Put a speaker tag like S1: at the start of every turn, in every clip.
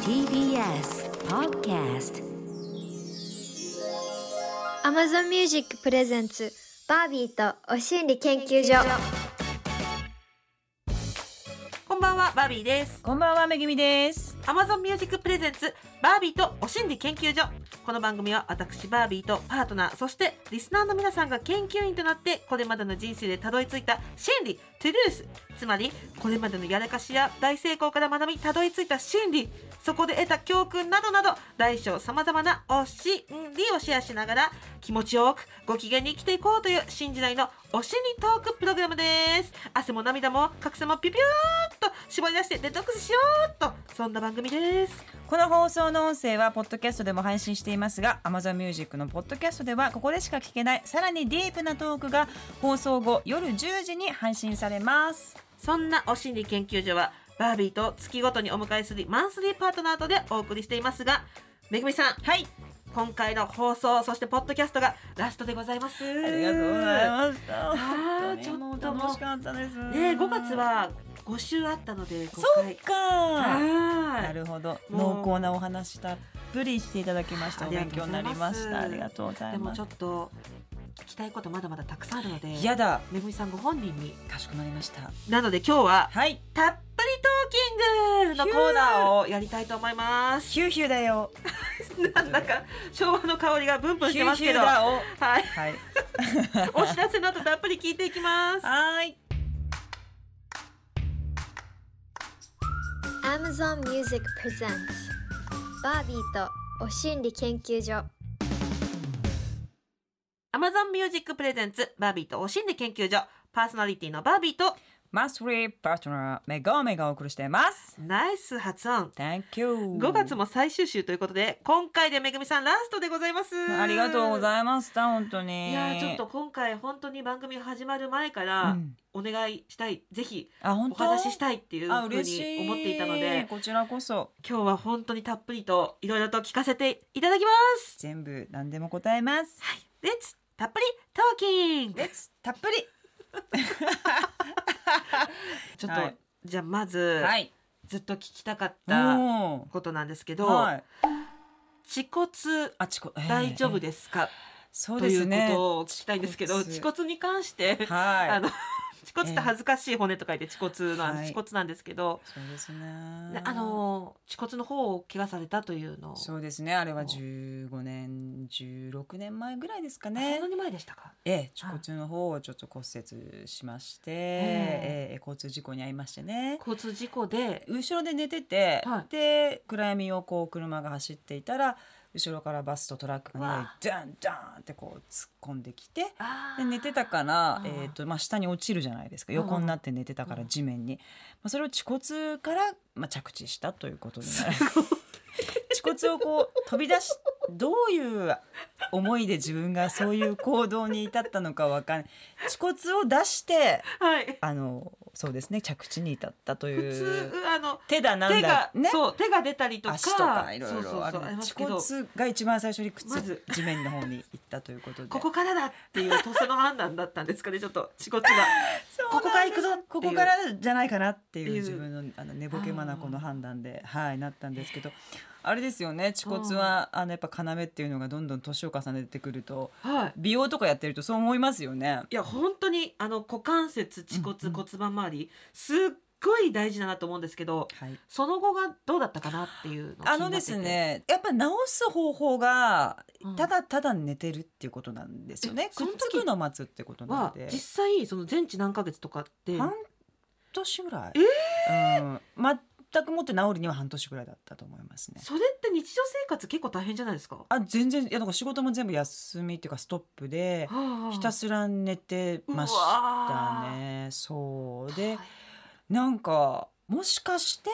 S1: TBS Podcast
S2: Amazon Music プレゼンツバービーとお心理研究所
S3: こんばんは、バービーです。
S4: こんばんは、めぐみです。
S3: Amazon Music Presents バービーとお心理研究所。この番組は私、バービーとパートナー、そしてリスナーの皆さんが研究員となって、これまでの人生でたどり着いた心理、トゥルース。つまり、これまでのやらかしや大成功から学び、たどり着いた心理。そこで得た教訓などなど、大小様々なお心理をシェアしながら、気持ちよくご機嫌に生きていこうという新時代のお心理トークプログラムです。汗も涙も格差もピュピューっと絞り出してデトックスしようっと、そんな番組です。
S4: この放送の音声はポッドキャストでも配信していますが、Amazon Music のポッドキャストではここでしか聞けないさらにディープなトークが放送後夜10時に配信されます。
S3: そんなお心理研究所はバービーと月ごとにお迎えするマンスリーパートナーとでお送りしていますがめぐみさん
S4: はい、
S3: 今回の放送そしてポッドキャストがラストでございますあ
S4: ありがとうございまし
S3: あ
S4: た。
S3: ーちょっともう
S4: 本当に楽しかったです。
S3: ねえ5月は5週あったので5
S4: そう
S3: 回
S4: か。
S3: は
S4: ないるほど、
S3: もう
S4: 濃厚なお話たっぷりしていただきました。
S3: あ
S4: お
S3: りがとうござ
S4: 勉強にない
S3: ま
S4: り
S3: す
S4: ました。ありがとうござ
S3: で
S4: い
S3: も
S4: ま
S3: ち
S4: す
S3: ょっ。と聞きたいことまだまだたくさんあるので
S4: やだ、
S3: めぐみさんご本人に
S4: かしこまりました。
S3: なので今日は
S4: はい、
S3: たっぷりトーキングのコーナーをやりたいと思います
S4: ヒューヒューだよ。
S3: なんだか昭和の香りがブンブンし
S4: ヒ
S3: て
S4: ュー
S3: ます
S4: ヒ
S3: け
S4: ュー
S3: ど
S4: だを。
S3: はい
S4: はい。
S3: お知らせの後たっぷり聞いていきます。
S4: はーい。
S2: Amazon Music Presents バービーとお心理研究所
S3: Amazon Music Presents バービーとお心理研究所パーソナリティのバービーと
S4: マスリーパートナーメガオメがお送りしています。
S3: ナイス発音。
S4: Thank you。
S3: 5月。も最終週ということで今回でめぐみさんラストでございます。
S4: ありがとうご
S3: い
S4: ざいました本当に。
S3: いやーちょっと今回本当に番組始まる前か
S4: う
S3: ら
S4: ん。
S3: お願いしたい、ぜひ
S4: あ本
S3: お
S4: 当。。
S3: 話ししたたいっていうふ
S4: あ
S3: う
S4: 嬉しい。
S3: に思っていたので
S4: こちらこそ
S3: 今日は本当にたっぷりといろいろと聞かせていただきま
S4: 全部何でも答えます。
S3: す。はい、レッツたっぷりトーキング
S4: レッツたっぷり。
S3: ちょっと、
S4: はい
S3: じゃあまず、
S4: はい。
S3: ずっと聞きたかった
S4: お
S3: ことなんですけ
S4: お。
S3: ど、
S4: はい。
S3: 恥骨
S4: あちこ、えー
S3: 大丈夫
S4: えー
S3: ですか、
S4: そう
S3: と
S4: で
S3: いう
S4: すね。
S3: ことを聞きたいんですけど、恥
S4: 恥
S3: 骨に関して、あ
S4: はい。
S3: の 恥骨って恥ずかしい骨と書いて恥骨なん、
S4: は
S3: 恥
S4: い
S3: 骨なんですけど、
S4: そうですね。
S3: であの恥骨の方を怪我されたというのを
S4: そうですね。あれは15年、16年前ぐらいですかね
S3: そんな。に前でしたか
S4: ええ、
S3: はい
S4: 恥骨の方をちょっと骨折しまして、ええ交通事故に遭いましてね
S3: 交通事故で
S4: 後ろで寝てて、
S3: はい
S4: で暗闇をこう車が走っていたら後ろからバスとトラック
S3: わ
S4: が
S3: あ
S4: ダンダンってこう突っ込んできて
S3: あー
S4: で寝てたから
S3: あ、ー
S4: えーとまあ、下に落ちるじゃないですか
S3: んうん
S4: 横になって寝てたか
S3: う
S4: ら
S3: ん
S4: 地面に、まあ、それを恥骨から、まあ、着地したということになる恥骨をこう飛び出しどういう思いで自分がそういう行動に至ったのかわかんない恥骨を出して
S3: はい
S4: あのそうですね着地に至ったと
S3: 普
S4: い
S3: 通
S4: う
S3: あの
S4: 手だな
S3: 手
S4: ん
S3: が
S4: だ、ね
S3: そう手が出たりとか
S4: 足とかいろい
S3: そう
S4: ろあ
S3: そうそ
S4: る
S3: うあります
S4: 恥
S3: け
S4: 骨
S3: ど
S4: が一番最初に
S3: まず
S4: 靴地面の方に行ったということで
S3: ここからだっていうとっさの判断だったんですかねちょっと恥骨が。ここから行くぞっていう
S4: ここからじゃないかなって
S3: って
S4: い
S3: いう
S4: う自分のあの寝ぼけ眼の判断ではいなったんですけどあれですよね恥骨はあのやっぱ要っていうのがどんどん年を重ねてくると
S3: はい
S4: 美容とかやってるとそう思いますよね。
S3: いや本当にあの股関節恥骨
S4: うんうん
S3: 骨盤周り、すっごい大事だなと思うんですけど
S4: はい、
S3: その後がどうだったかなっていうのを
S4: あのです、ねやっぱ治す方法が
S3: 気になっ
S4: た
S3: てて
S4: だただ寝てるっていうことなんですよね
S3: え。そ
S4: くっ
S3: の時
S4: つくのを待つってこと
S3: うん
S4: な
S3: は
S4: ので
S3: 実際その全治何ヶ月とかって
S4: 半年ぐらい、うん、全くもって治るには半年ぐらいだったと思いますね。
S3: それって日常生活結構大変じゃないですか、
S4: あ全然いやだから仕事も全部休みっていうかストップでひた
S3: す
S4: すら寝てましたねそうでなんかもしかして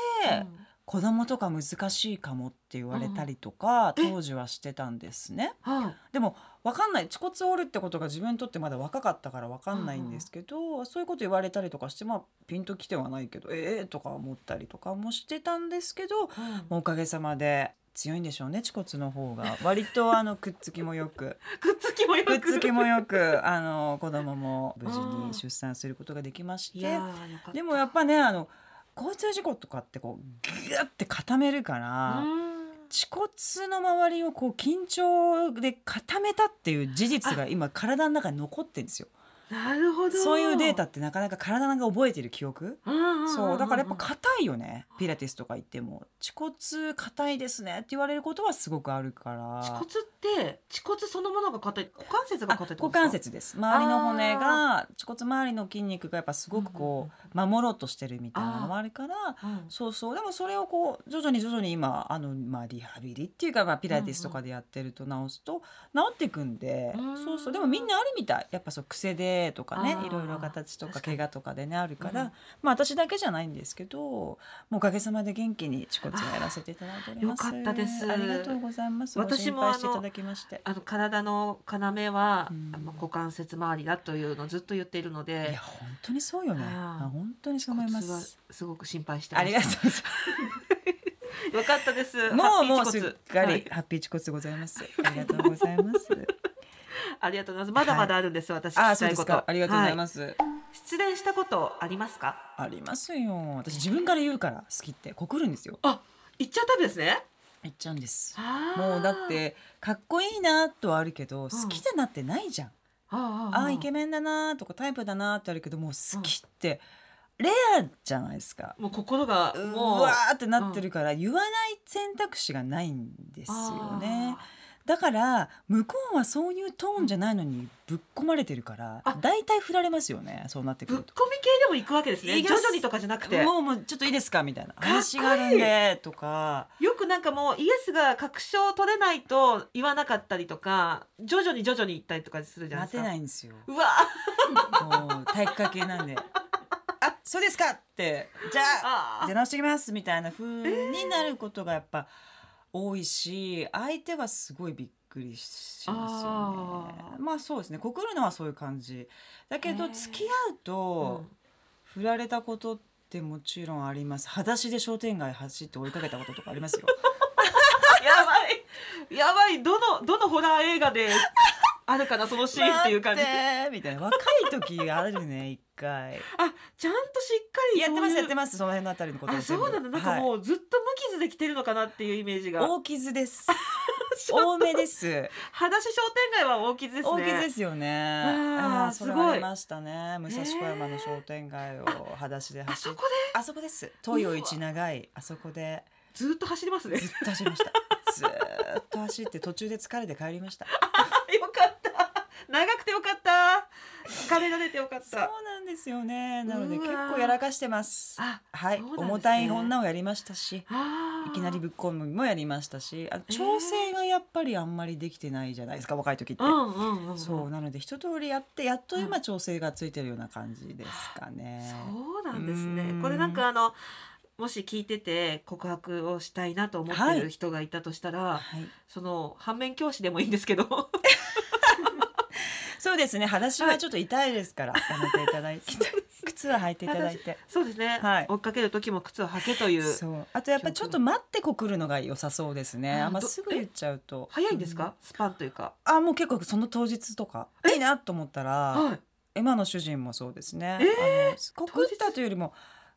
S4: 子供とか難しいかもって言われたりとか
S3: うんえ
S4: 当時はしてたんですね
S3: はい
S4: でも分かんない恥骨を折るってことが自分にとってまだ若かったから分かんないんですけどそういうこと言われたりとかしてまあピンときてはないけどええー、とか思ったりとかもしてたんですけど
S3: うん
S4: おかげさまで強いんでしょうね恥骨の方が割とあのくっつきもよく
S3: くっつきもよ
S4: くっ
S3: く
S4: つきもよくあの子供も無事に出産することができまし
S3: い
S4: て
S3: やーよかった
S4: でもやっぱねあの交通事故とかってこうギュって固めるから、
S3: うん
S4: 恥骨の周りをこう緊張で固めたっていう事実が今体の中に残ってるんですよ
S3: なるほど
S4: そういうデータってなかなか体が覚えてる記憶
S3: うんうんうんん
S4: そうだからやっぱ硬いよねピラティスとか行っても恥骨硬いですねって言われることはすごくあるから
S3: 恥骨って恥骨そのものが硬い股関節が
S4: あ
S3: 硬いって
S4: 股
S3: ことですか
S4: 関節です周りの骨が恥骨周りの筋肉がやっぱすごくこう守ろうとしてるみたいなのもあるから
S3: うん
S4: そうそうでもそれをこう徐々に徐々に今あの、まあ、リハビリっていうか、まあ、ピラティスとかでやってると治すと治っていくんで、
S3: うん
S4: そうそうでもみんなあるみたいやっぱそう癖でとかね
S3: あー
S4: いろいろ形とか
S3: 確か
S4: 怪
S3: に
S4: 我とかでねあるから、
S3: うん
S4: まあ私だけじゃないんですけどもうおかげさまで元気に恥骨をやらせていただいております
S3: あーよかったです
S4: ありがとうございます
S3: 私も
S4: ご心配していただきまして
S3: あの体の要は、
S4: うん
S3: まあ股関節周りだというのをずっと言っているの
S4: い
S3: で
S4: や本当にそうよね
S3: あー
S4: あ本当にそう思いま
S3: 骨は
S4: す
S3: すごく心配してま
S4: あ
S3: した
S4: りがとうございます
S3: よかったです
S4: も
S3: ハッ
S4: う
S3: ピー
S4: もう
S3: 恥
S4: すっ
S3: 骨
S4: か
S3: は
S4: り
S3: い
S4: ハッピーチコツでござ います。ありがとうございます。
S3: ありがとうございますまだまだあるんです、私
S4: あ
S3: 聞
S4: ー、
S3: き
S4: そう
S3: たいこと
S4: ですか。ありがとうござい
S3: は
S4: ます。
S3: い失恋したことありますか
S4: ありますよ。私自分から言うから好きって告るんですよ。
S3: 言っちゃったんですね
S4: 言っちゃうんです。も
S3: も
S4: うだってかっこいいなとはあるけど好きだなってないじゃん。
S3: あ
S4: あーイケメンだなとかタイプだなってあるけどもう好きってレアじゃないですか。
S3: もう心が
S4: う
S3: もう
S4: わーってなってるから言わない選択肢がないんですよね。だから向こうはそういうトーンじゃないのにぶっ込まれてるから
S3: あ
S4: 大体振られますよねそうなって
S3: あーぶ
S4: く
S3: っ
S4: る
S3: こみ系でも行くわけですね
S4: いき
S3: 徐
S4: ます
S3: 々にとかじゃなく
S4: と
S3: て
S4: もうもうちょっといいですかみたいな
S3: っこいい
S4: 話があるんでとか
S3: よくなんかもうイエスが確証取れないと言わなかったりとか徐々に徐々に行ったりとかするじゃないです
S4: 待て
S3: か
S4: ないんですよ
S3: うわ
S4: もう体育会系なんであそうですかってじゃ
S3: あ
S4: あ出直してきますみたいな風になることがやっぱ多いし相手はすごいびっくりしますよ
S3: あ
S4: ね
S3: ー
S4: まあそうですね告るのはそういう感じだけ
S3: へ
S4: ど
S3: ー
S4: 付き合うと、振られたことってもちろんあります裸足で商店街走って追いかけたこととかあり ますよ
S3: やばいやばいどのどのホラー映画であるかなそのシーンっていう感じ
S4: 待ってみたいな若い時あるね一 回
S3: あちゃんとしっかり
S4: やってますやって
S3: ま
S4: ますその辺のあたりのこと
S3: あそうなんだなんか
S4: う、
S3: もうずっと無傷で来てるのかなっていうイメージが
S4: はい大傷です 多めです
S3: 裸足商店街は大傷ですね
S4: 大傷ですよね
S3: あー
S4: うんそれ
S3: すごい
S4: はありましたね武蔵小山の商店街を裸足で
S3: あ
S4: 走
S3: そ
S4: っ
S3: こ
S4: て
S3: で
S4: あそこです東洋一長いあそこで
S3: ずっと走り ますね
S4: ずっと走りましたずーっと走って途中で疲れて帰りました
S3: あよかった 長くてよかった疲れられてよかっ
S4: そう
S3: た
S4: なんですよね。なので
S3: うわ
S4: 結
S3: ー
S4: 構やらかしてます。
S3: あ
S4: はい、
S3: そうなんですね
S4: 重たい女をやりましたし、
S3: あー
S4: いきなりぶっ込むもやりましたし、あ調整がやっぱりあんまりできてないじゃないですか、若い時って
S3: う。んうんうん
S4: そうなので一通りやってやっと
S3: う
S4: 今調整がついてるような感じですかね。
S3: そうなんです
S4: う
S3: ね
S4: ん
S3: これなんかあのもし聞いてて告白をしたいなと思ってる人がいたとしたら、
S4: はい、
S3: その反面教師でもいいんですけど
S4: そうですね。裸足はちょっと痛いです から、やめていただいて、靴は履いていただいて。
S3: そうですね、
S4: はい
S3: 追っかける時も靴を履けという
S4: そう。あとやっぱりちょっと待ってこくるのが良さそうですね。
S3: あー
S4: あんます
S3: ど
S4: すぐ言っちゃうと
S3: 早いんですか、。スパンというか
S4: うんあもう結構その当日とかいいなと思ったら。
S3: はい
S4: 今の主人もそうですね。
S3: え
S4: あの告ったというよりも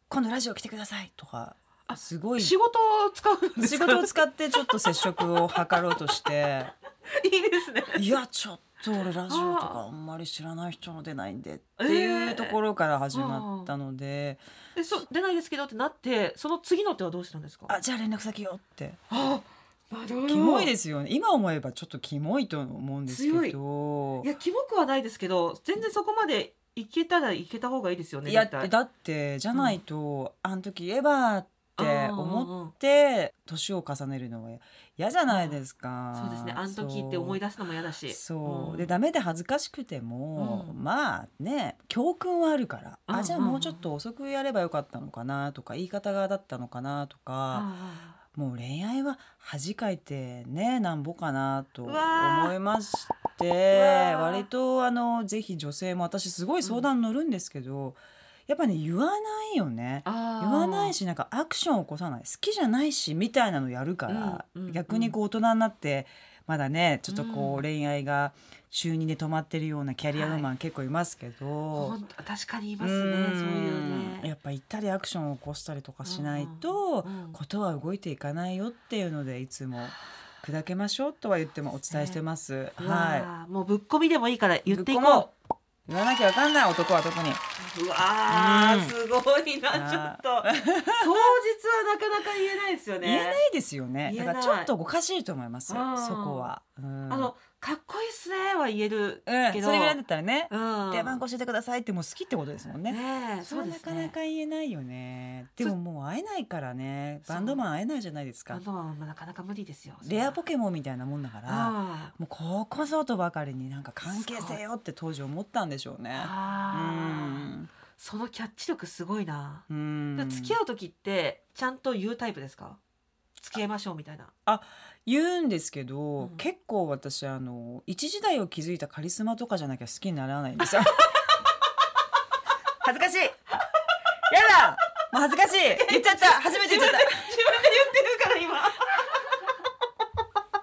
S4: 今度ラジオ来てくださいとか
S3: あ
S4: すごい
S3: 仕
S4: 仕
S3: 事を使うんですか
S4: 事を使ってちょっと接触を図ろうとして
S3: いいです ね
S4: いやちょっと俺ラジオとかあんまり知らない人の出ないんでっていうところから始まったので、
S3: でそう出ないですけどってなってその次の手はどうしたんですか
S4: あじゃあ連絡先よって
S3: あなるほど
S4: キモいですよね今思えばちょっとキモいと思うんですけど
S3: 強いいやキモくはないですけど全然そこまでいけたらいけた方がいいですよね
S4: いや
S3: 絶対
S4: だってじゃないと、あの時言えばって思っ
S3: うんうんうん
S4: って年を重ねるのは嫌じゃないですか。
S3: そうですねあの時って思い出すのも嫌だし
S4: そう、
S3: うん
S4: でダメで恥ずかしくても、
S3: うん
S4: まあね教訓はあるから、
S3: うんうん
S4: あじゃあもうちょっと遅くやればよかったのかなとか言い方がだったのかなとか、
S3: あ
S4: もう恋愛は恥かいてねなんぼかなと
S3: う
S4: 思
S3: わー
S4: いまし
S3: う
S4: て
S3: わー
S4: 割とあのぜひ女性も私すごい相談乗るんですけど、やっぱね言わないよね。
S3: あ
S4: 言わない
S3: し
S4: しなんかアクションを起こさない好きじゃないしみたいなのやるから、
S3: うんうん
S4: 逆にこう大人になってまだねちょっとこう恋愛が中2で止まってるようなキャリアウーマン結構いますけど、
S3: ほんと確かにいます
S4: う
S3: ね
S4: ん
S3: そういうね
S4: やっぱ行ったりアクションを起こしたりとかしないと、
S3: うんうんうん
S4: ことは動いていかないよっていうのでいつも砕けましょうとは言ってもお伝えしてます。は
S3: はいもうぶっこみでもいいから
S4: い。
S3: 言ってい
S4: ぶ
S3: こ
S4: っ
S3: う
S4: こも言わなきゃわかんない男は特に。
S3: うわー、
S4: うん
S3: すごいなちょっと当日はなかなか言えないですよね
S4: 言えないですよね。
S3: 言
S4: だ
S3: え
S4: か
S3: ない
S4: らちょっとおかしいと思いますよ
S3: うん。
S4: そこは。うん
S3: あのかっこいいっすねは言える
S4: うん、そ
S3: け
S4: れ
S3: ど、
S4: ぐらいだったらね。
S3: うん
S4: 出番越しててくださいってもう好きってことですもんね。
S3: ねえ
S4: そ
S3: そう
S4: れは
S3: で
S4: な
S3: す
S4: か
S3: ね
S4: なか言えないよね。で
S3: そう
S4: ももう会えないからね。
S3: そう
S4: バンドマン会えないじゃないです
S3: バ
S4: か
S3: ン。ドマンはなかなか無理ですよ
S4: レアポケモンみたいなもんだから。
S3: あ
S4: もうここぞとばかりになんか関係性よって当時思ったんでしょうね。う
S3: あー
S4: ん
S3: そのキャッチ力すごいな、
S4: うん
S3: で付き合う時ってちゃんと言うタイプですか付き合いましょうみたいな
S4: 言うんですけど、
S3: うん
S4: 結構私あの一時代を築いたカリスマとかじゃなきゃ好きにならないん ですよ。恥ずかしい。やだ。もう恥ずかしい。言っち ゃった。初めて言っちゃ
S3: 自分で言
S4: っ
S3: ってるか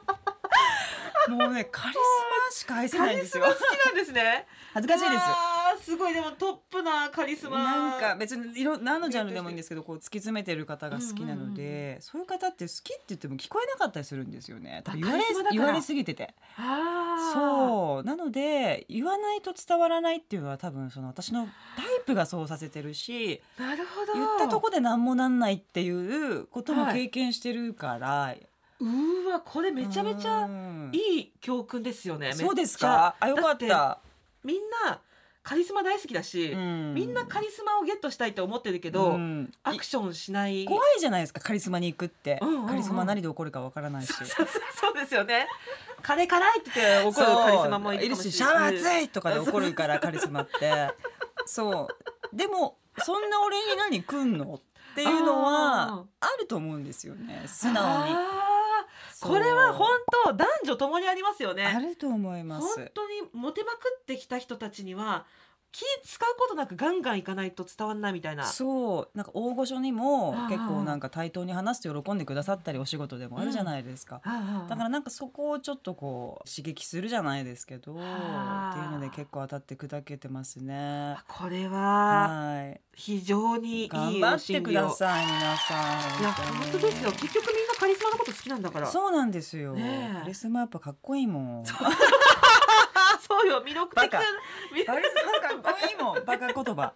S3: ら
S4: た。 もうねカリスマしか愛せ
S3: 今
S4: な
S3: カ
S4: い
S3: リ
S4: んです
S3: ス
S4: よ
S3: マ。好きなんですね
S4: 恥ずかしいです。
S3: あーすごいでもトップなカリスマ
S4: なんか別にいろ何のジャンルでもいいんですけどこう突き詰めてる方が好きなので、
S3: うんうん
S4: そういう方って好きって言っても聞こえなかったりするんですよね多分言わ
S3: あ
S4: れ
S3: カリスマだから
S4: 言われすぎてて
S3: あう
S4: そうなので言わないと伝わらないっていうのは多分その私のタイプがそうさせてるし
S3: なるほど
S4: 言ったとこで何もなんないっていうことも
S3: はい
S4: 経験してるから、
S3: うーわこれめちゃめちゃ
S4: うん
S3: いい教訓ですよねめっちゃ
S4: そうですかあよかっ
S3: だ
S4: た、
S3: みんなカリスマ大好きだし、みんなカ
S4: リ
S3: リスマをゲットしたいと思ってるけど、アクションしない
S4: 怖いじゃないですかカリスマに行くって、
S3: うんうんうん
S4: カリスマ何で起こるかわからないし。
S3: そうそう そうですよねカレー辛いって言って怒るカリスマもいるかもしれない
S4: しシャワー熱いとかで怒るからカリスマってそうでもそんな俺に何来んのっていうのはあると思うんですよね素直に
S3: あー
S4: そう
S3: これは本当男女ともにありますよ
S4: あ
S3: ね
S4: ると思いま
S3: 本
S4: す
S3: 当にモテまくってきた人たちには気使うことなくガンガンいかないと伝わんないみたいな
S4: そうなんか大御所にも
S3: あー
S4: 結構なんか対等に話すと喜んでくださったりお仕事でもあるじゃないですか、
S3: あー
S4: だからなんかそこをちょっとこう刺激するじゃないですけどっていう
S3: あー
S4: ので結構当たって砕けてますね
S3: あこれは
S4: はい
S3: 非常にいい
S4: 頑張ってくだ
S3: い
S4: さい皆さん
S3: いや本当ですよ結局みんなカリスマのこと好きなんだから
S4: そうなんですよ。
S3: ねえ
S4: カリスマやっぱかっこいいもん。カ
S3: あそうよ魅力
S4: バ
S3: 的
S4: カ
S3: なみ
S4: リスマかっこいいもん。バカ言葉。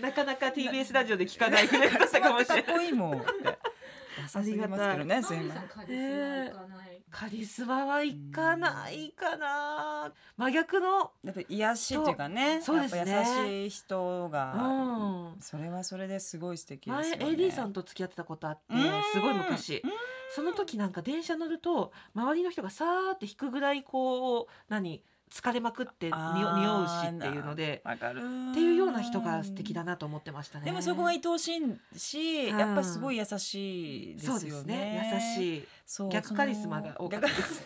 S3: なかなか TBS ラジオで聞かないくらいだ ったかもしれ
S4: カリスマっ
S3: ない
S4: てか っこいいもんって。ダサすぎますけどね。すいません。
S1: カリスマいかない。
S3: カリスマはいかないかな真逆の
S4: やっぱ癒しっていうかね。
S3: そうそうですね
S4: やっぱ優しい人
S3: う
S4: が。
S3: ん
S4: それはそれですごい素敵で
S3: 前
S4: すよね。
S3: AD さんと付き合ってたことあって
S4: うん
S3: すごい昔
S4: うん
S3: その時なんか電車乗ると周りの人がさーって引くぐらいこう何疲れまくってにお匂うしっていうので
S4: わかる。
S3: っていうような人が素敵だなと思ってましたね
S4: でもそこが愛おしいし、
S3: うん
S4: やっぱすごい優しいです
S3: そうで
S4: よね。
S3: すね優
S4: い。
S3: しい逆カリスマが多かったです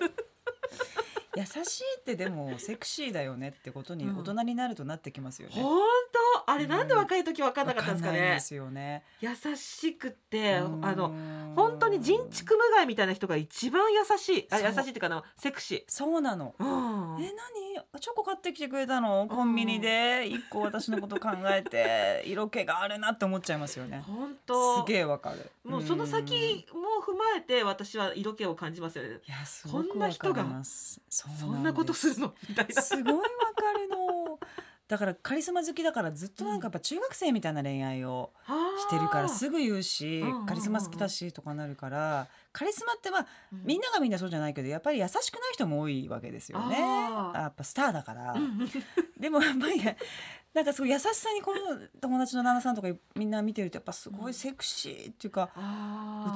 S4: 優しいってでもセクシーだよねってことに
S3: うん
S4: 大人になるとなってきますよね。
S3: 本当あれなんで若い時分かんなかったんですか
S4: わかんないん
S3: ね
S4: で、すよね。
S3: 優しくて
S4: うん
S3: あの本当に人畜無害みたいな人が一番優しいあ
S4: そ
S3: 優
S4: う
S3: しいっていうかあのセクシ
S4: そうなの。
S3: ーうん
S4: え何チョコ買ってきてくれたのコンビニで一個私のこと考 えて色気があるなって思っちゃいますよね。
S3: 本
S4: す
S3: 当
S4: げえわかる。
S3: もうその
S4: ん
S3: 先
S4: い
S3: も踏まえて私は色気を感じますよね
S4: やすごくわかります。そ
S3: そんなことするのみたい な
S4: すごいわかるの。だからカリスマ好きだからずっとなんかやっぱ中学生みたいな恋愛を。してるからすぐ言うし
S3: うんうんうんうん
S4: カリスマ好きだしとかなるからカリスマってまあみん
S3: な
S4: ながみんなそうじゃないけどやっぱり優しくない人も多いわけですよね
S3: あー
S4: やっぱスターだからでもや っぱりなんかすごい優しさにこの友達の旦那さんとかみんな見てるとやっぱすごいセクシーっていうか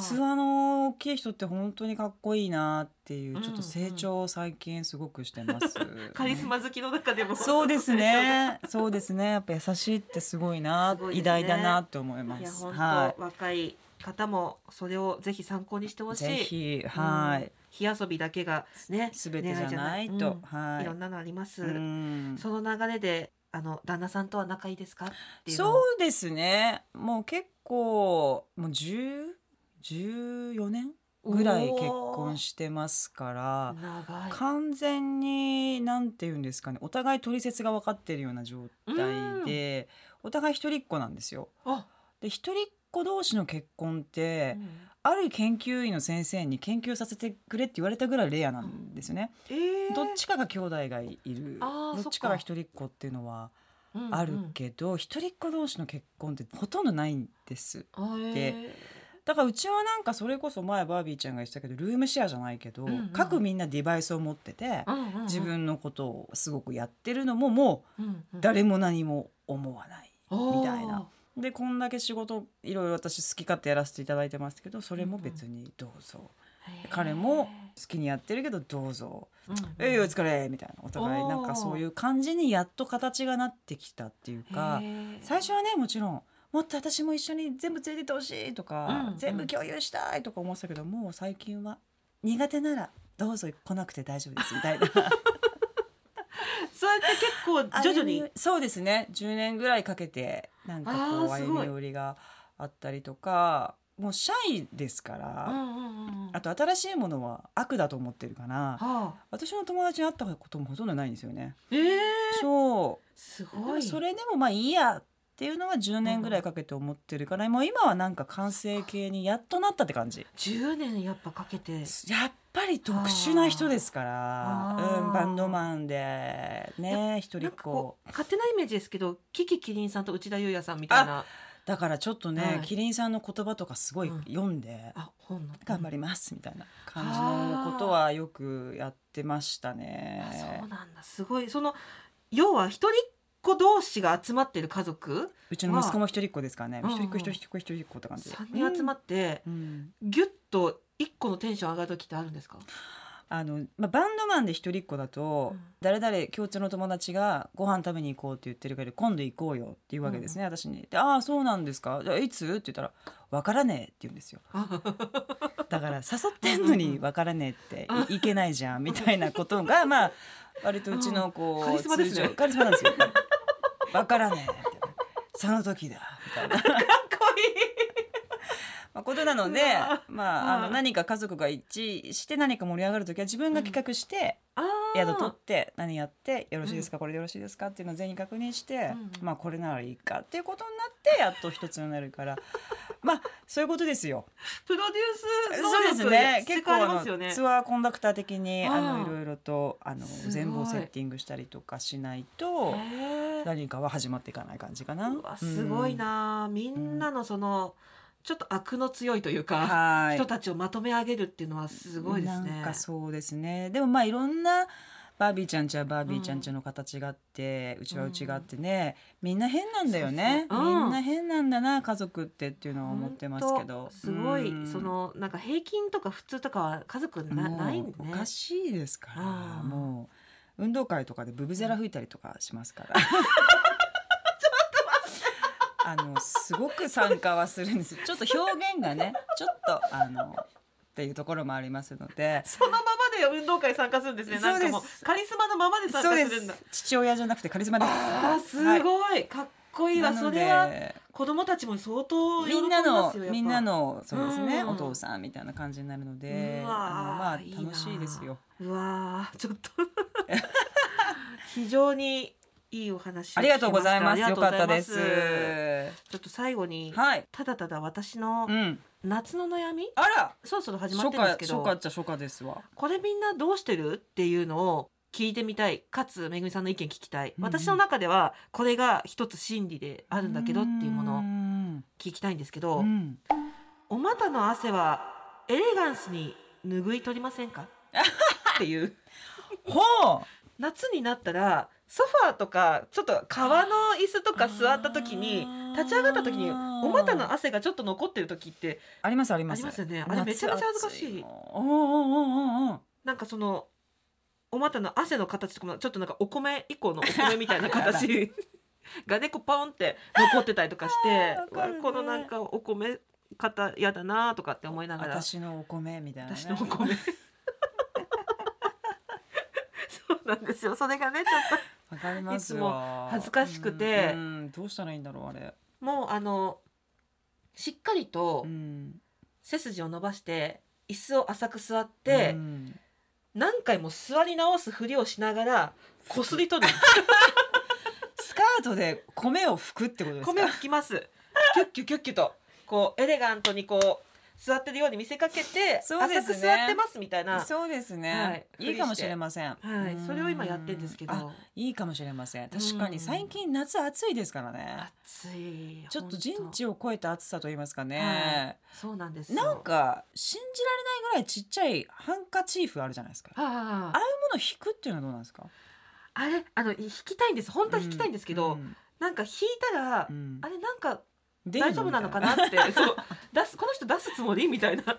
S4: 器の大きい人って本当にかっこいいなっていうちょっと成長を最近すごくしてます。
S3: カリスマ好きの中でも
S4: そうですね。そうですね。やっぱ優しいってすごいな、
S3: すごいです
S4: 偉
S3: ね
S4: 大だなって思いま
S3: いや
S4: す。
S3: 本当、
S4: はい。
S3: 若い方もそれをぜひ参考にしてほしい。
S4: ぜひはい、
S3: うん火遊びだけがね
S4: すべてじゃない
S3: 恋愛じゃ
S4: と、
S3: うん
S4: はい
S3: いろんなのあります。
S4: うん
S3: その流れであの旦那さんとは仲いいですかっていうの
S4: そうですねもう結構もう10 14年ぐらい結婚してますから
S3: 長い
S4: 完全に何て言うんですかねお互い取説が分かってるような状態でお互い一人っ子なんですよ。
S3: あ、
S4: で一人っ子同士の結婚って、
S3: うん
S4: ある研究員の先生に研究させてくれって言われたぐらいレアなんですよね。
S3: えー
S4: どっちかが兄弟がいる
S3: あー
S4: どっちかが
S3: そっか
S4: 一人っ子っていうのは
S3: うんうん
S4: あるけど、一人っ子同士の結婚ってほとんどないんです
S3: あー
S4: で
S3: え
S4: だからうちはなんかそれこそ前バービーちゃんが言ってたけどルームシェアじゃないけど、
S3: うんうん
S4: 各みんなデバイスを持ってて
S3: ー、うんうんうん
S4: 自、分のことをすごくやってるのもも
S3: うんう
S4: うん誰も何も思わない。みたいな
S3: あー
S4: でこんだけ仕事いろいろ私好き勝手やらせていただいてますけどそれも別にどうぞ、彼も好きにやってるけどどうぞ
S3: うんうん
S4: 「えいお疲れ」みたいなお互いなんかそういう感じにやっと形がなってきたっていうか
S3: へー
S4: 最初はねもちろんもっと私も一緒に全部連れてってほしいとか、
S3: うんうん
S4: 全部共有したいとか思ってたけどもう最近は苦手ならどうぞ来なくて大丈夫ですみたいな
S3: そうやって結構徐々に
S4: 歩みそうですね10年ぐらいかけてなんかこう
S3: あーすごい
S4: 歩み寄りがあったりとかもうシャイですから、
S3: うんうんうんうん
S4: あと新しいものは悪だと思ってるから
S3: はあ
S4: 私の友達に会ったこともほとんどないんですよね。
S3: えー、
S4: そう
S3: す
S4: で
S3: ご
S4: も
S3: い
S4: それでもまあいいやっていうのは10年ぐらいかけて思ってるから、もう今はなんか完成形にやっとなったって感じ
S3: 10年やっぱかけて
S4: やっぱり特殊な人ですか
S3: あ
S4: ら
S3: ー、
S4: うん、バンドマンでね一人
S3: な
S4: っ
S3: んか
S4: 子
S3: こう勝手なイメージですけどキキキリンさんと内田裕也さんみたいな
S4: だからちょっとね、
S3: はい
S4: キリンさんの言葉とかすごい
S3: うん
S4: 読んで、
S3: あ本の
S4: 頑張
S3: り
S4: りますみたいな感じのことはよくやってましたね
S3: あ。そうなんだすごいその要は一人っ子同士が集まってる家族
S4: うちの息子も一人っ子ですからね、
S3: うん
S4: 一人っ子一人っ子一人っ子って感じ。
S3: 3人集まって、
S4: うん
S3: ギュッと一個のテンション上がる時ってあるんですか、
S4: あのまあ、バンドマンで一人っ子だと、
S3: うん
S4: 誰々共通の友達がご飯食べに行こうって言ってるから今度行こうよっていうわけですね、私に。で「ああそうなんですかじゃあいつ?」って言ったら「わからねえ」って言うんですよ。だから誘ってんの
S3: うんうん
S4: に
S3: うん
S4: わからねえっていいけないじゃんみたいなことがまあ割とうちのこう、
S3: うんカリスマですね
S4: 通常カリスマなんですよ。わからねえみたいなその時だみたいな。
S3: かっこ
S4: まあ、ことなので
S3: うわ、
S4: まあ、あ
S3: う
S4: の
S3: ん
S4: 何か家族が一致して何か盛り上がる時は自分が企画して、
S3: いい
S4: 宿取って何やってよろしいですか、これでよろしいですかっていうのを全員確認し
S3: う
S4: て、
S3: ん
S4: まあこれならいいかっていうことになってやっと一つになるから まあそういうことですよ。
S3: プロデュース
S4: そうですね
S3: 結
S4: 結
S3: 構
S4: 構
S3: あり
S4: あ
S3: ま
S4: の
S3: すよね
S4: ツアーコンダクター的にあ
S3: う
S4: の
S3: ん
S4: いろいろとあの
S3: すごい
S4: 全部をセッティングしたりとかしないと
S3: へー
S4: 何かは始まっていかない感じかな
S3: う。わすごいなあみんなのそのちょっと悪の強いという
S4: うん。
S3: か
S4: はい
S3: 人たちをまとめ上げるっていうのはすごいですね
S4: なんかそうですねでもまあいろんなバービーちゃんちはバービーちゃんちの形があって、うちはうちがあってねみんな変なんだよね
S3: そうそううん
S4: みんな変なんだな家族ってっていうのは思ってますけ
S3: ほん
S4: ど
S3: とすごい、
S4: うん
S3: そのなんか平均とか普通とかは家族な
S4: もう
S3: ないんで
S4: お
S3: ね
S4: かしいですから
S3: あー
S4: もう運動会とかでブブゼラ吹いたりとかしますから あのすごく参加はするんですちょっと表現がねちょっとあのっていうところもありますので
S3: そのままで運動会参加するんですねなんかもう
S4: そうです
S3: カリスマの ままで参
S4: そう
S3: 加
S4: です
S3: るんだ
S4: す。父親じゃなくてカリスマです。
S3: あーす
S4: はい
S3: ごい、かっこいいわ
S4: な
S3: そ
S4: の
S3: れは
S4: で
S3: 子供たちも相当喜
S4: み
S3: び
S4: んな
S3: ま
S4: の
S3: すよやっぱ
S4: みんなのそうですね、
S3: うん
S4: お父さんみたいな感じになるので、
S3: うわー
S4: あ
S3: いい
S4: の
S3: なー
S4: まあ楽しいですよ。
S3: うわーちょっと非常にいいお話を
S4: ありがとうございます。
S3: 聞け
S4: よ
S3: した
S4: か
S3: あ
S4: っ
S3: りがと
S4: た
S3: うござい
S4: で。
S3: ますちょっと最後に、
S4: はい。
S3: ただただ私の
S4: うん。
S3: 夏の悩み、
S4: あら、
S3: そろそろ始ま
S4: 初
S3: ってるんで
S4: 夏
S3: すけ
S4: 初
S3: ど
S4: 夏っちゃ初夏ですわ。
S3: これみんなどうしてるっていうのを聞いてみたいかつめぐみさんの意見聞きたい、
S4: うんうん
S3: 私の中ではこれが一つ真理であるんだけどっていうものを
S4: の。
S3: 聞きたいんですけど、
S4: うん。
S3: お股の汗はエレガンスに拭い取りません かっていう
S4: ほう。
S3: 夏になったらソファーとかちょっと革の椅子とか座った時に
S4: あー
S3: 立ち上がった時にお股の汗がちょっと残ってる時って
S4: ありますあり
S3: あ
S4: ま
S3: り
S4: す。
S3: ますよねあれめちゃめちゃ恥ずかしい
S4: 夏暑のおうおうおうおうおう
S3: なんかそのお股の汗の形とかもちょっとなんかお米以降のお米みたいな形がねこうポンって残ってたりとかして
S4: あーわかるね
S3: うわこのなんかお米方やだなとかって思いながら
S4: 私のお米みたいな、ね。
S3: 私のお米 そうなんですよそれがねちょっ
S4: わかります
S3: いつ
S4: よ。
S3: 恥ずかしくて
S4: うんうんどうしたらいいんだろうあれ。
S3: ともうあのしっかりと
S4: うん。
S3: 背筋を伸ばして椅子を浅く座って、
S4: うん
S3: 何回も座り直すふりをしながらこすり取る
S4: スカートで米を拭くってことですか
S3: 米を拭きます キュッキュキュッキュとこうエレガントにこう座ってるように見せかけて、
S4: そうで
S3: 浅
S4: すね
S3: く座ってますみたいな
S4: そうですね、
S3: はい
S4: い、いかもしれません
S3: は
S4: う
S3: い、
S4: ん
S3: それを今やってるんですけ
S4: あ
S3: ど
S4: いいかもしれません確か
S3: う
S4: に
S3: ん
S4: 最近夏暑いですからね
S3: 暑い
S4: ちょっと
S3: ほん
S4: 人知を超えた暑さと言いますか
S3: は
S4: ね、
S3: そうなんですよ
S4: なんか信じられないぐらいちっちゃいハンカチーフあるじゃないですかああい
S3: あ
S4: あ
S3: あ
S4: うもの引くっていうのはどうなんですか
S3: あれあの引きたいんです本当は引きたいんですけど、
S4: うん
S3: なんか引いたら、
S4: うん
S3: あれなんか
S4: 出る
S3: 大丈夫なのか
S4: み
S3: なってそう出すこの人出すつもりみたいな 感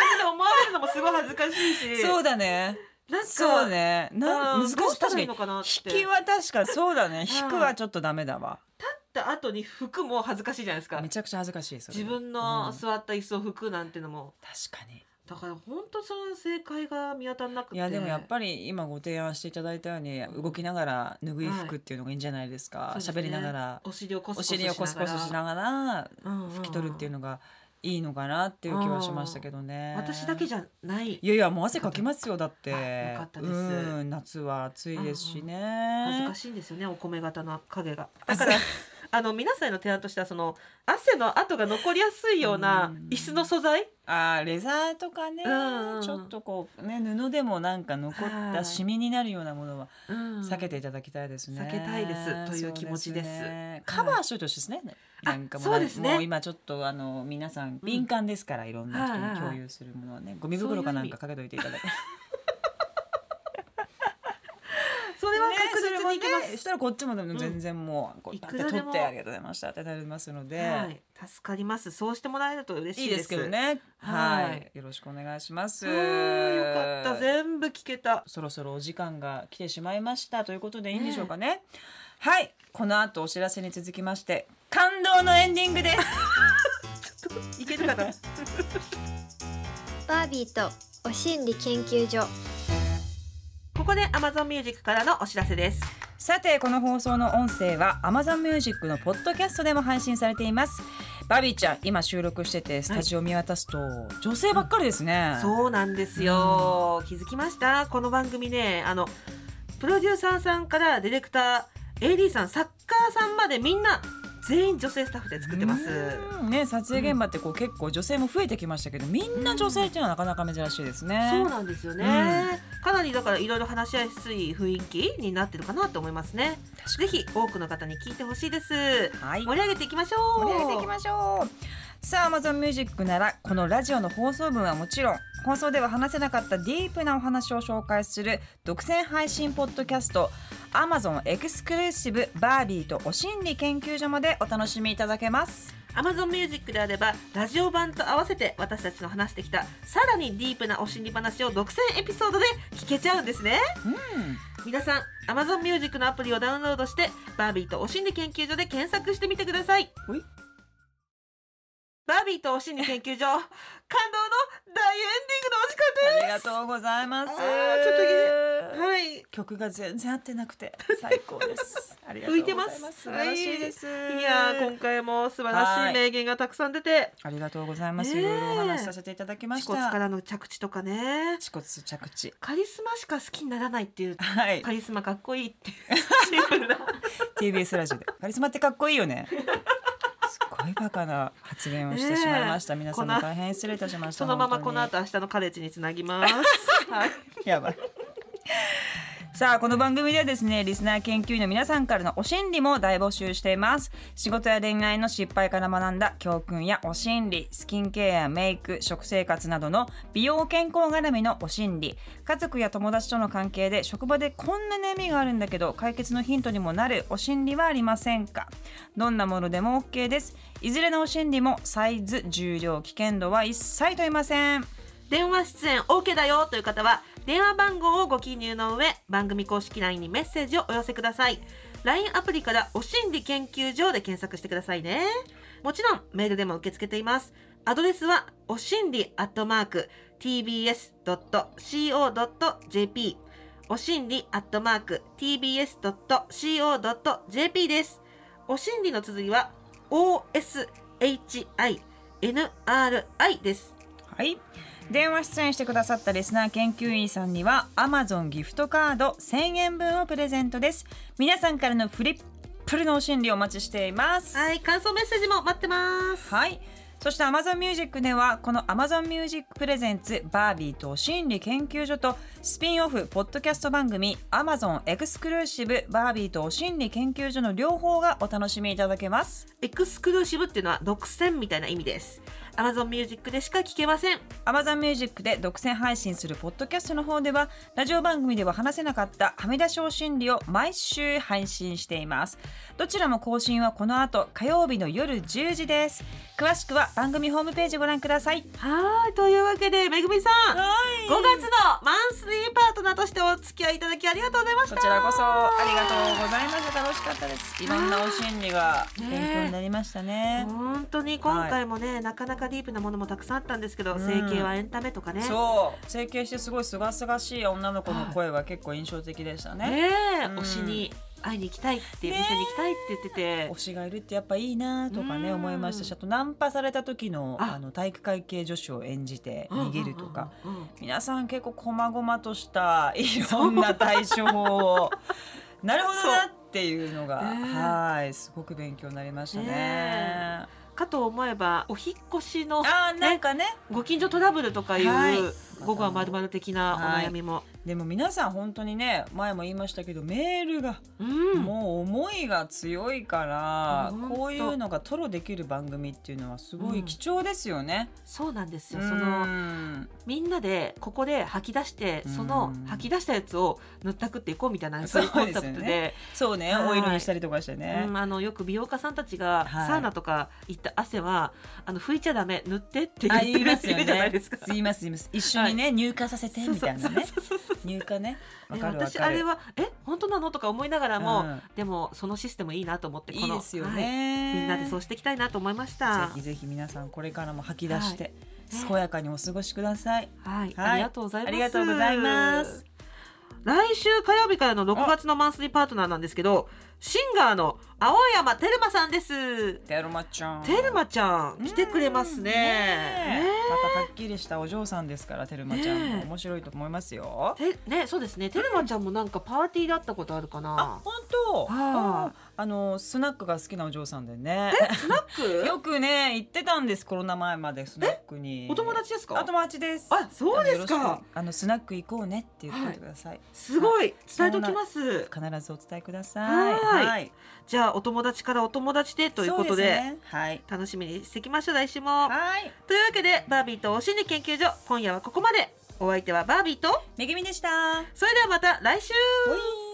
S3: じで思われるのもすごい恥ずかしい
S4: たい
S3: し
S4: なそうだね
S3: なんか
S4: そうねな
S3: あー
S4: 難しい
S3: どうしたら
S4: 確か
S3: いい
S4: に
S3: のかなって
S4: 引きは確かそうだね引くはちょっとダメだわ
S3: った後に服も恥ずかしいじゃないですか
S4: めちゃくちゃ恥ずかしいそれ
S3: 自分の
S4: うん
S3: 座った椅子を服なんてのも、
S4: 確かに
S3: だから本当その正解が見当たらなくて
S4: いやでもやっぱり今ご提案していただいたように動きながら拭い服っていうのがいいんじゃないですか
S3: そうです
S4: 喋、
S3: ね
S4: りながら
S3: お尻をコス
S4: お
S3: コスし
S4: 尻
S3: な
S4: を
S3: がら
S4: コスコスしながら
S3: 拭
S4: 拭き取るっていうのがいいのかなっていう気はしましたけどね
S3: 私だけじゃない
S4: いやいやもう汗かきますよだって
S3: あよかったです
S4: うん夏は暑いですしね
S3: 恥ずか
S4: い
S3: しいんですよねお米型の影 がだからあの皆さんへの提案としてはその汗の跡が残りやすいような
S4: うん
S3: 椅子の素材
S4: あーレザーとかね、
S3: うんうん
S4: ちょっとこうね布でもなんか残っ
S3: は
S4: た
S3: い
S4: シミになるようなものは避
S3: 避
S4: けていただきたいですね。
S3: 避けたいですという気持ちです
S4: そうね
S3: い
S4: カバーしといてほしいですね。
S3: あ
S4: なんかも
S3: そうですね
S4: もう今ちょっとあの皆さん敏感ですから、いろんな人
S3: はいは
S4: に
S3: いはい
S4: 共有するものはね、ゴミ袋かなんかかけといていただいて。
S3: それは確
S4: ねそれ
S3: 実
S4: も
S3: にいけま
S4: ねそ
S3: す
S4: したらこっちもでも全然もうこう
S3: い
S4: パ
S3: く
S4: ッて
S3: ら
S4: 取
S3: で
S4: っ
S3: も
S4: てありがとうございましたってなりますので。
S3: はい助かりますそうしてもらえると嬉
S4: い
S3: し
S4: い
S3: い
S4: で
S3: ですす
S4: けどね。
S3: はい
S4: はい、よろしくお願いします。
S3: うーんよかった全部聞けた
S4: そろそろお時間が来てしまいましたということでいいんでしょうかね。はい、この後お知らせに続きまして感動のエンディングです。
S3: いけるかな
S2: バービーとお心理研究所
S3: ここで Amazon Music からのお知らせです
S4: さてこの放送の音声は Amazon Music のポッドキャストでも配信されています。バビーちゃん今収録しててスタジオ見渡すと、女性ばっかりですね。
S3: そうなんですよ、気づきましたこの番組ねあのプロデューサーさんからディレクター AD さんサッカーさんまでみんな全員女性スタッフで作ってます
S4: うんね撮影現場ってこう結構女性も増えてきましたけどみんな女性っていうのはなかなか珍しいですね。
S3: そうなんですよね、かなりだからいろいろ話しやすい雰囲気になってるかなと思いますね
S4: 確か
S3: ぜ
S4: に
S3: ひ多くの方に聞いてほしいです
S4: はい
S3: 盛り上げていきましょう
S4: 盛り上げていきましょうさあ Amazon Music ならこのラジオの放送分はもちろん放送では話せなかったディープなお話を紹介する独占配信ポッドキャスト Amazon エクスクルーシブバービーとお心理研究所までお楽しみいただけます
S3: Amazon Music であればラジオ版と合わせて私たちの話してきたさらにディープなお心理話を独占エピソードで聞けちゃうんですね
S4: う
S3: 皆さん Amazon Music のアプリをダウンロードしてバービーとお心理研究所で検索してみてください
S4: ほい
S3: バービーとお心理研究所 感動の大エンディングのお時間で
S4: んありがとうございます
S3: あーちょっとすはい
S4: 曲が全然合ってなくて最高ですありがとう
S3: 浮いて
S4: ご
S3: ま
S4: ざいます
S3: す
S4: 素晴らしいです、
S3: いやー今回も素晴らしい名言がたくさん出て
S4: ありがとうございます、
S3: ねえ
S4: いろいろお話しさせていただきま
S3: 恥
S4: し
S3: 骨か
S4: た
S3: らの着地とかね
S4: 恥骨着地
S3: カリスマしか好きにならないっていう
S4: はい
S3: カリスマかっこいい っていうシンプルな
S4: TBS ラジオでカリスマってかっこいいよねすごいバカな発言をしてしまいました、皆
S3: こ
S4: 様
S3: の
S4: 大変失礼いたしました
S3: そのまま
S4: 本当
S3: こ
S4: に
S3: の後明日のカレッジにつなぎます はい
S4: やばいさあこの番組ではですねリスナー研究員の皆さんからのお心理も大募集しています仕事や恋愛の失敗から学んだ教訓やお心理スキンケアやメイク食生活などの美容健康絡みのお心理家族や友達との関係で職場でこんな悩みがあるんだけど解決のヒントにもなるお心理はありませんかどんなものでも OK ですいずれのお心理もサイズ重量危険度は一切問いません
S3: 電話出演 OK だよという方は電話番号をご記入の上番組公式 LINE にメッセージをお寄せください LINE アプリから「お心理研究所」で検索してくださいねもちろんメールでも受け付けていますアドレスはお心理アットマーク tbs.co.jp お心理アットマーク tbs.co.jp ですお心理の綴りは OSHINRI です
S4: はい電話出演してくださったリスナー研究員さんには Amazon ギフトカード1000円分をプレゼントです皆さんからのフリップルのお心理をお待ちしています
S3: はい感想メッセージも待ってます
S4: はい。そして Amazon Music ではこの Amazon Music Presents バービーと心理研究所とスピンオフポッドキャスト番組 Amazon エクスクルーシブバービーと心理研究所の両方がお楽しみいただけます
S3: エクスクルーシブっていうのは独占みたいな意味です Amazon Music でしか聞けません
S4: Amazon Music で独占配信するポッドキャストの方ではラジオ番組では話せなかったはみ出しを心理を毎週配信していますどちらも更新はこの後火曜日の夜10時です詳しくは番組ホームページご覧ください
S3: はいというわけでめぐみさん
S4: はい
S3: 5月のマンスリーパートナーとしてお付き合いいただきありがとうございました
S4: こちらこそありがとうございました楽しかったですいろんなお心理が
S3: ね
S4: 勉
S3: え
S4: 強になりましたね
S3: 本当に今回もね、なかなかディープなものもたくさんあったんですけど、
S4: うん
S3: 整形はエンタメとかね
S4: そう整形してすごい清々しい女の子の声は結構印象的でしたね、
S3: ねえ、
S4: うん
S3: 推しに会いに行きたいって、
S4: ねえ
S3: 店に行きたいって言ってて
S4: 推しがいるってやっぱいいなとかね
S3: うん
S4: 思いましたしあとナンパされた時の
S3: あ
S4: あの体育会系女子を演じて逃げるとか
S3: うんうんうんうん
S4: 皆さん結構細々としたいろんな対処法 をなるほどなっていうのが
S3: そうねえ
S4: はいすごく勉強になりましたね。
S3: ねかと思えばお引っ越しの
S4: あーなんかね
S3: ご近所トラブルとかいう、
S4: はい
S3: 午後はまるまる的なお悩みも、
S4: でも皆さん本当にね前も言いましたけどメールが
S3: うん
S4: もう思いが強いから、
S3: うん
S4: こういうのがトロできる番組っていうのはすご
S3: う
S4: い
S3: ん
S4: 貴重ですよね。
S3: そうなんですよ、
S4: そ
S3: そ
S4: の
S3: のみんなでここで吐き出してその
S4: うん
S3: 吐き出したやつを塗ったくっていこうみたいなそういうコンセプト
S4: そうです
S3: で
S4: よねそうね
S3: はい
S4: オイルにしたりとかしてね
S3: う。ん、あのよく美容家さんたちが
S4: はい
S3: サウナとか行った汗はあの拭いちゃダメ塗ってって言
S4: あ
S3: って
S4: 言いま
S3: る
S4: す
S3: 人い
S4: よ
S3: るじゃない
S4: ね
S3: ですか。。
S4: 言います言います。一緒にね入荷させて
S3: そう
S4: み
S3: そ
S4: た
S3: う
S4: いな ね
S3: そうそうそう
S4: 入荷ねわかる
S3: え
S4: わ
S3: 私
S4: か
S3: あれ
S4: る。
S3: はえ本当なのとか思いながらも、
S4: うん
S3: でもそのシステムいいなと思ってこの
S4: いいですよ
S3: はい
S4: ね。
S3: みんなでそうしていきたいなと思いました
S4: ぜひ。ぜひ皆さんこれからも吐き出して
S3: はい
S4: 健やかにお過ごしください。
S3: はい、
S4: はい
S3: ありがとうございます。
S4: ありがとうございます。
S3: 来週火曜日からの6月のマンスリーパートナーなんですけど、シンガーの青山テルマさんです。
S4: テルマちゃん。
S3: テルマちゃん来てくれますね。
S4: うんねえ
S3: ね
S4: またはっきりしたお嬢さんですからテルマちゃん
S3: ね
S4: も
S3: え
S4: 面白いと思いますよ。
S3: てね、そうですね。テルマちゃんもなんかパーティーだったことあるか
S4: あ
S3: な。
S4: 本当。
S3: は
S4: あ
S3: い
S4: あのスナックが好きなお嬢さんでね。
S3: スナック？
S4: よくね行ってたんですコロナ前までスナックに。
S3: お友達ですか？
S4: あ友達です。
S3: あそうです
S4: あのよろ
S3: か
S4: し。くあのスナック行こうねって言っておいてください。
S3: すごい伝
S4: そ
S3: え
S4: ん
S3: と
S4: な
S3: きます。
S4: 必ずお伝えください。
S3: はーい
S4: い。
S3: じゃあお友達からお友達でということで。
S4: そすねはい。
S3: 楽しみにしてきましょう来週も
S4: はい。
S3: というわけでバービーとお心理研究所今夜はここまでお相手はバービーと
S4: めぐみでした。
S3: それではまた来週
S4: ほい